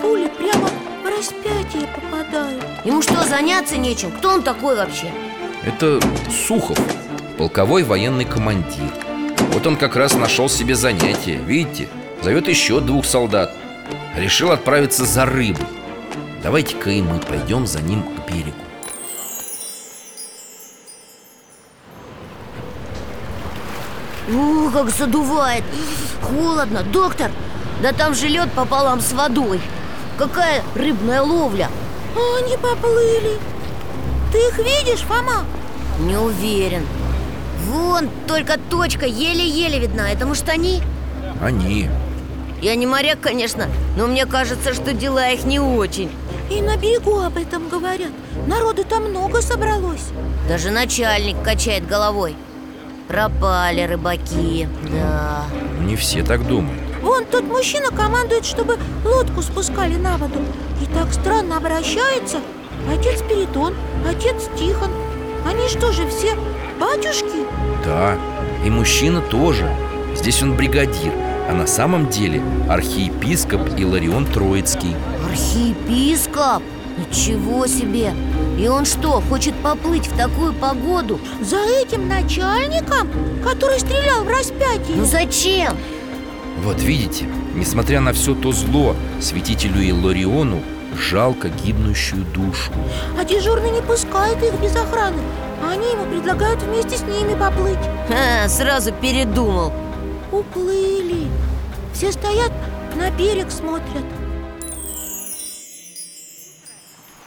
[SPEAKER 5] Пули прямо в распятие попадают
[SPEAKER 4] Ему что, заняться нечем? Кто он такой вообще?
[SPEAKER 2] Это Сухов, полковой военный командир Вот он как раз нашел себе занятие, видите? Зовет еще двух солдат Решил отправиться за рыбой Давайте-ка и мы пойдем за ним к берегу
[SPEAKER 4] Ух, как задувает Холодно, доктор Да там же лед пополам с водой Какая рыбная ловля
[SPEAKER 5] А они поплыли Ты их видишь, Фома?
[SPEAKER 4] Не уверен Вон только точка еле-еле видна Это может они?
[SPEAKER 2] Они,
[SPEAKER 4] Я не моряк, конечно Но мне кажется, что дела их не очень
[SPEAKER 5] И на берегу об этом говорят Народу там много собралось
[SPEAKER 4] Даже начальник качает головой Пропали рыбаки, да
[SPEAKER 2] ну, не все так думают
[SPEAKER 5] Вон тот мужчина командует, чтобы лодку спускали на воду И так странно обращается Отец Передон, отец Тихон Они что же все батюшки?
[SPEAKER 2] Да, и мужчина тоже. Здесь он бригадир, а на самом деле архиепископ Иларион Троицкий.
[SPEAKER 4] Архиепископ? Ничего себе! И он что, хочет поплыть в такую погоду?
[SPEAKER 5] За этим начальником, который стрелял в
[SPEAKER 4] Ну
[SPEAKER 5] распятие
[SPEAKER 4] зачем?
[SPEAKER 2] Вот видите, несмотря на все то зло, святителю Илариону жалко гибнущую душу.
[SPEAKER 5] А дежурный не пускает их без охраны А они ему предлагают вместе с ними поплыть
[SPEAKER 4] Ха, сразу передумал
[SPEAKER 5] Уплыли Все стоят, на берег смотрят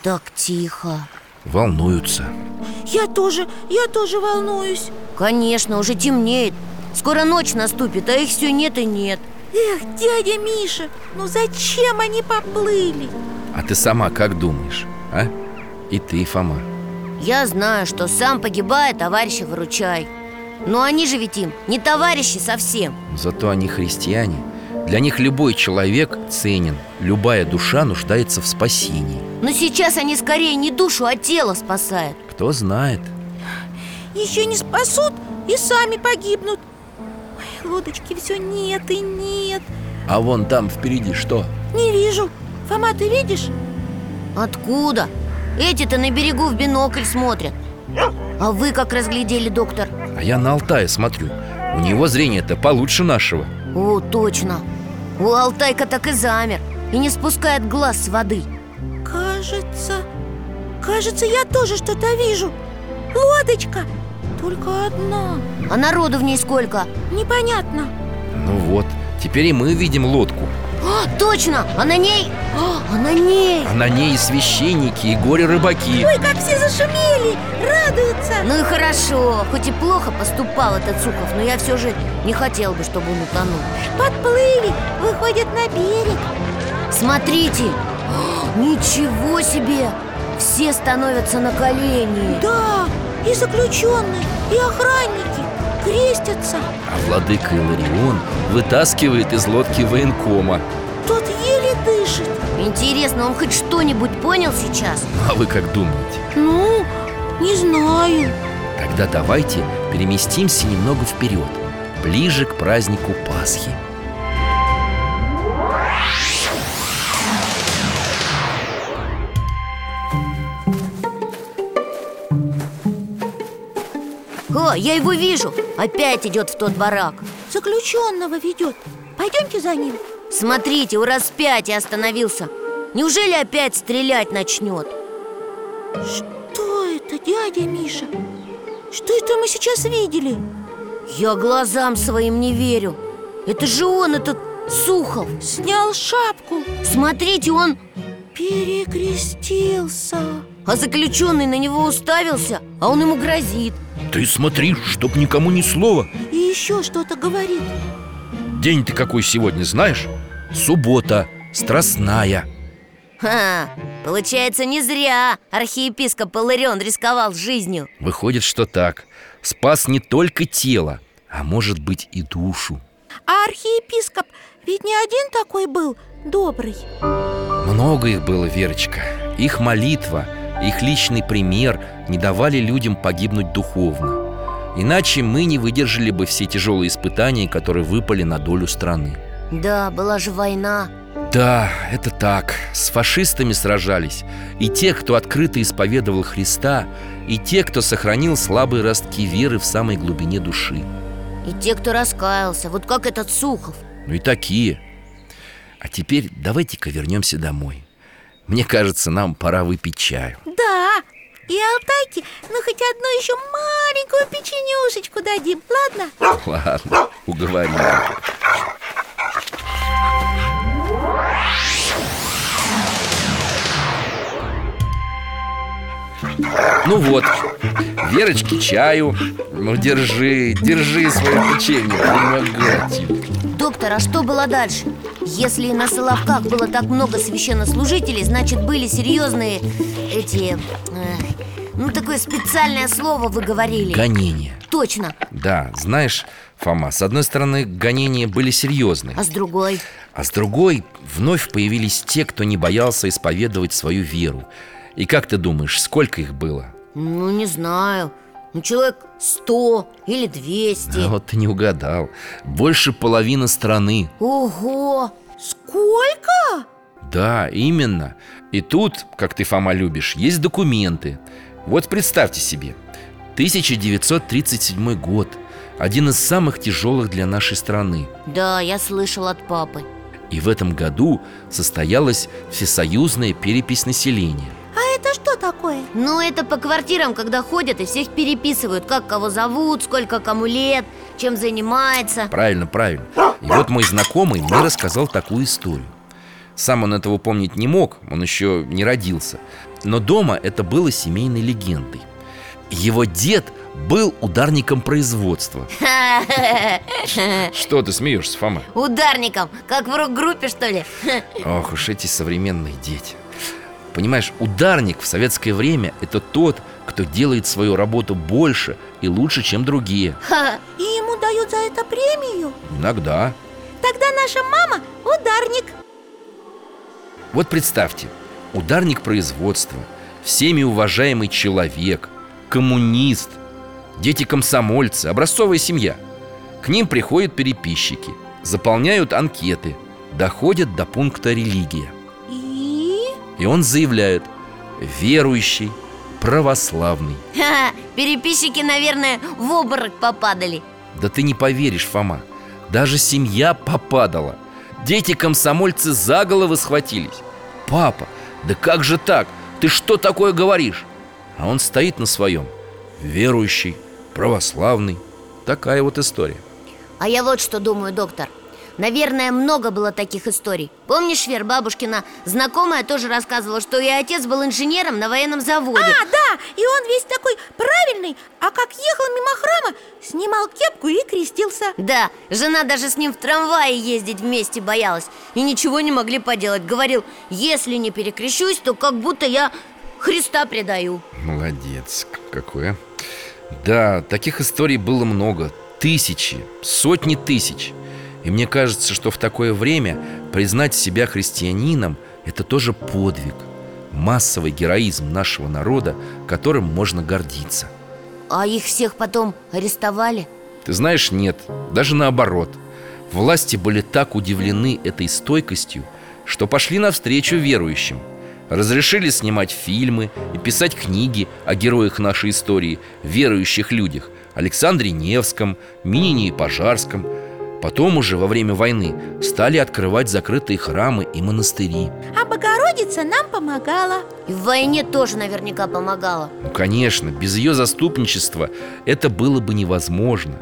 [SPEAKER 4] Так тихо
[SPEAKER 2] Волнуются.
[SPEAKER 5] Я тоже, я тоже волнуюсь
[SPEAKER 4] Конечно, уже темнеет Скоро ночь наступит, а их все нет и нет
[SPEAKER 5] Эх, дядя Миша, ну зачем они поплыли?
[SPEAKER 2] А ты сама как думаешь, а? И ты, Фома.
[SPEAKER 4] Я знаю, что сам погибая, товарища выручай Но они же ведь им не товарищи совсем
[SPEAKER 2] Зато они христиане. Для них любой человек ценен, любая душа нуждается в спасении.
[SPEAKER 4] Но сейчас они скорее не душу, а тело спасают
[SPEAKER 2] Кто знает,
[SPEAKER 5] Еще не спасут и сами погибнут Ой, лодочки все нет и нет
[SPEAKER 2] а вон там впереди что?
[SPEAKER 5] Не вижу Фома, ты видишь?
[SPEAKER 4] Откуда? Эти-то на берегу в бинокль смотрят А вы как разглядели, доктор?
[SPEAKER 2] А я на Алтае смотрю. У него зрение-то получше нашего.
[SPEAKER 4] О, точно У Алтайка так и замер И не спускает глаз с воды
[SPEAKER 5] Кажется, кажется, я тоже что-то вижу Лодочка, только одна
[SPEAKER 4] А народу в ней сколько?
[SPEAKER 5] Непонятно
[SPEAKER 2] Ну вот, теперь и мы видим лодку.
[SPEAKER 4] А, точно! А на ней... А, а на ней!
[SPEAKER 2] А на ней и священники, и горе-рыбаки.
[SPEAKER 5] Ой, как все зашумели, радуются
[SPEAKER 4] Ну и хорошо, хоть и плохо поступал этот Сухов Но я все же не хотел бы, чтобы он утонул
[SPEAKER 5] Подплыли, выходят на берег
[SPEAKER 4] Смотрите! А, Ничего себе! Все становятся на колени
[SPEAKER 5] Да, и заключенные, и охранники крестятся
[SPEAKER 2] А владыка Иларион вытаскивает из лодки военкома.
[SPEAKER 5] Тот еле дышит
[SPEAKER 4] Интересно, он хоть что-нибудь понял сейчас?
[SPEAKER 2] А вы как думаете?
[SPEAKER 5] Ну, не знаю
[SPEAKER 2] Тогда давайте переместимся немного вперед, ближе к празднику Пасхи.
[SPEAKER 4] О, я его вижу Опять идет в тот барак
[SPEAKER 5] Заключенного ведет Пойдемте за ним
[SPEAKER 4] Смотрите, у распятия остановился Неужели опять стрелять начнет?
[SPEAKER 5] Что это, дядя Миша? Что это мы сейчас видели?
[SPEAKER 4] Я глазам своим не верю Это же он, этот Сухов
[SPEAKER 5] Снял шапку
[SPEAKER 4] Смотрите, он...
[SPEAKER 5] Перекрестился
[SPEAKER 4] А заключенный на него уставился, а он ему грозит
[SPEAKER 6] Ты смотри, чтоб никому ни слова
[SPEAKER 5] И еще что-то говорит
[SPEAKER 6] День ты какой сегодня, знаешь?
[SPEAKER 2] Суббота, Страстная.
[SPEAKER 4] Ха, получается, не зря архиепископ Иларион рисковал жизнью
[SPEAKER 2] Выходит, что так. Спас не только тело, а может быть и душу.
[SPEAKER 5] А архиепископ ведь не один такой был добрый
[SPEAKER 2] Много их было, Верочка. Их молитва, их личный пример не давали людям погибнуть духовно. Иначе мы не выдержали бы все тяжелые испытания, которые выпали на долю страны.
[SPEAKER 4] Да, была же война
[SPEAKER 2] Да, это так. С фашистами сражались. И те, кто открыто исповедовал Христа, и те, кто сохранил слабые ростки веры в самой глубине души.
[SPEAKER 4] И те, кто раскаялся, вот как этот Сухов
[SPEAKER 2] Ну и такие. А теперь давайте-ка вернемся домой. Мне кажется, нам пора выпить чаю.
[SPEAKER 5] Да, и Алтайке, ну хоть одну еще маленькую печенюшечку дадим, ладно?
[SPEAKER 2] Ладно, уговорим. Ну вот, Верочке чаю Ну держи, держи свое печенье а Помогать
[SPEAKER 4] Доктор, а что было дальше? Если на Соловках было так много священнослужителей, значит, были серьезные эти... э, ну, такое специальное слово вы говорили
[SPEAKER 2] Гонения
[SPEAKER 4] Точно,
[SPEAKER 2] Да, знаешь, Фома, с одной стороны, гонения были серьезные
[SPEAKER 4] а с другой
[SPEAKER 2] А с другой, вновь появились те, кто не боялся исповедовать свою веру И как ты думаешь, сколько их было?
[SPEAKER 4] Ну, не знаю Ну, человек сто или
[SPEAKER 2] А
[SPEAKER 4] двести
[SPEAKER 2] вот ты не угадал Больше половины страны
[SPEAKER 4] Ого!
[SPEAKER 5] Сколько?
[SPEAKER 2] Да, именно И тут, как ты, Фома, любишь, есть документы Вот представьте себе 1937 год Один из самых тяжелых для нашей страны
[SPEAKER 4] Да, я слышал от папы
[SPEAKER 2] И в этом году состоялась всесоюзная перепись населения
[SPEAKER 5] А это что такое?
[SPEAKER 4] Ну, это по квартирам, когда ходят и всех переписывают Как кого зовут, сколько кому лет, чем занимается
[SPEAKER 2] Правильно, правильно. И вот мой знакомый мне рассказал такую историю. Сам он этого помнить не мог, он еще не родился. Но дома это было семейной легендой. Его дед был ударником производства. Что ты смеешься, Фома?
[SPEAKER 4] Ударником, как в рок-группе, что ли?
[SPEAKER 2] Ох уж эти современные дети. Понимаешь, ударник в советское время – это тот, кто делает свою работу больше и лучше, чем другие.
[SPEAKER 4] Ха.
[SPEAKER 5] И ему дают за это премию?
[SPEAKER 2] Иногда.
[SPEAKER 5] Тогда наша мама ударник
[SPEAKER 2] Вот представьте, ударник производства, всеми уважаемый человек, коммунист, дети-комсомольцы, образцовая семья. К ним приходят переписчики, заполняют анкеты, доходят до пункта «религия».
[SPEAKER 5] И...
[SPEAKER 2] И он заявляет «верующий, православный».
[SPEAKER 4] Ха, Переписчики, наверное, в обморок попадали
[SPEAKER 2] Да ты не поверишь, Фома, даже семья попадала. Дети-комсомольцы за головы схватились. Папа, да как же так? Ты что такое говоришь? А он стоит на своем. Верующий, православный. Такая вот история.
[SPEAKER 4] А я вот что думаю, доктор Наверное, много было таких историй Помнишь, Вер, бабушкина знакомая тоже рассказывала, что ее отец был инженером на военном заводе
[SPEAKER 5] А, да, и он весь такой правильный, а как ехал мимо храма, снимал кепку и крестился
[SPEAKER 4] Да, жена даже с ним в трамвае ездить вместе боялась И ничего не могли поделать Говорил, если не перекрещусь, то как будто я Христа предаю
[SPEAKER 2] Молодец, какое. Да, таких историй было много. Тысячи, сотни тысяч. И мне кажется, что в такое время признать себя христианином Это тоже подвиг Массовый героизм нашего народа, которым можно гордиться
[SPEAKER 4] А их всех потом арестовали?
[SPEAKER 2] Ты знаешь, нет, даже наоборот Власти были так удивлены этой стойкостью, что пошли навстречу верующим Разрешили снимать фильмы и писать книги о героях нашей истории, верующих людях Александре Невском, Минине и Пожарском Потом уже во время войны стали открывать закрытые храмы и монастыри
[SPEAKER 5] А Богородица нам помогала
[SPEAKER 4] И в войне тоже наверняка помогала
[SPEAKER 2] Ну, конечно, без ее заступничества это было бы невозможно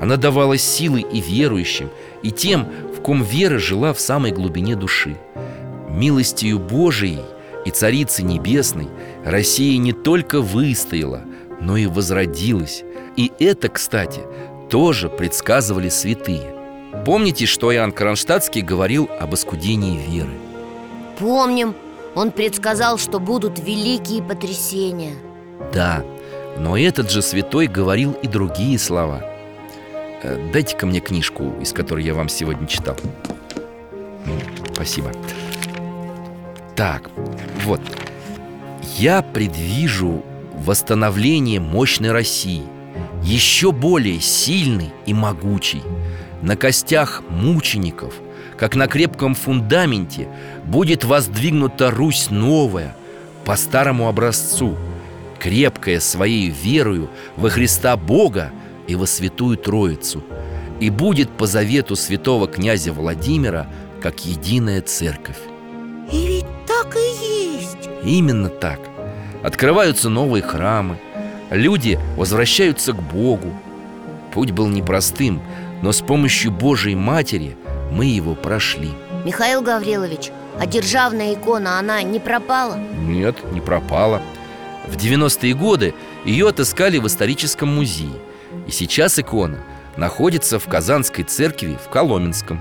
[SPEAKER 2] Она давала силы и верующим, и тем, в ком вера жила в самой глубине души Милостью Божией и Царицы Небесной Россия не только выстояла, но и возродилась И это, кстати, тоже предсказывали святые Помните, что Иоанн Кронштадтский говорил об искудении веры?
[SPEAKER 4] Помним, он предсказал, что будут великие потрясения
[SPEAKER 2] Да, но этот же святой говорил и другие слова Э, Дайте-ка мне книжку, из которой я вам сегодня читал М, Спасибо Так, вот Я предвижу восстановление мощной России Еще более сильной и могучей На костях мучеников Как на крепком фундаменте Будет воздвигнута Русь новая По старому образцу крепкая своей верою во Христа Бога и во Святую Троицу, и будет по завету святого князя Владимира как единая церковь.
[SPEAKER 5] И ведь так и есть
[SPEAKER 2] Именно так. Открываются новые храмы, люди возвращаются к Богу. Путь был непростым, но с помощью Божьей Матери мы его прошли.
[SPEAKER 4] Михаил Гаврилович, а державная икона, она не пропала?
[SPEAKER 2] Нет, не пропала. В 90-е годы ее отыскали в историческом музее. И сейчас икона находится в Казанской церкви в Коломенском.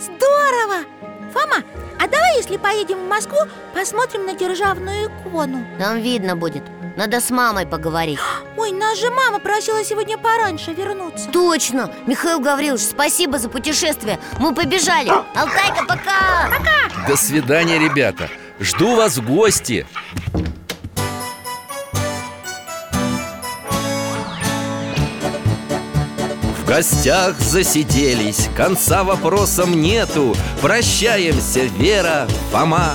[SPEAKER 5] Здорово! Фома, а давай, если поедем в Москву, посмотрим на державную икону
[SPEAKER 4] Там видно будет Надо с мамой поговорить
[SPEAKER 5] Ой, нас же мама просила сегодня пораньше вернуться
[SPEAKER 4] Точно! Михаил Гаврилович, спасибо за путешествие Мы побежали! Алтайка, пока!
[SPEAKER 2] До свидания, ребята! Жду вас в гости! В гостях засиделись, конца вопросам нету Прощаемся, Вера, Фома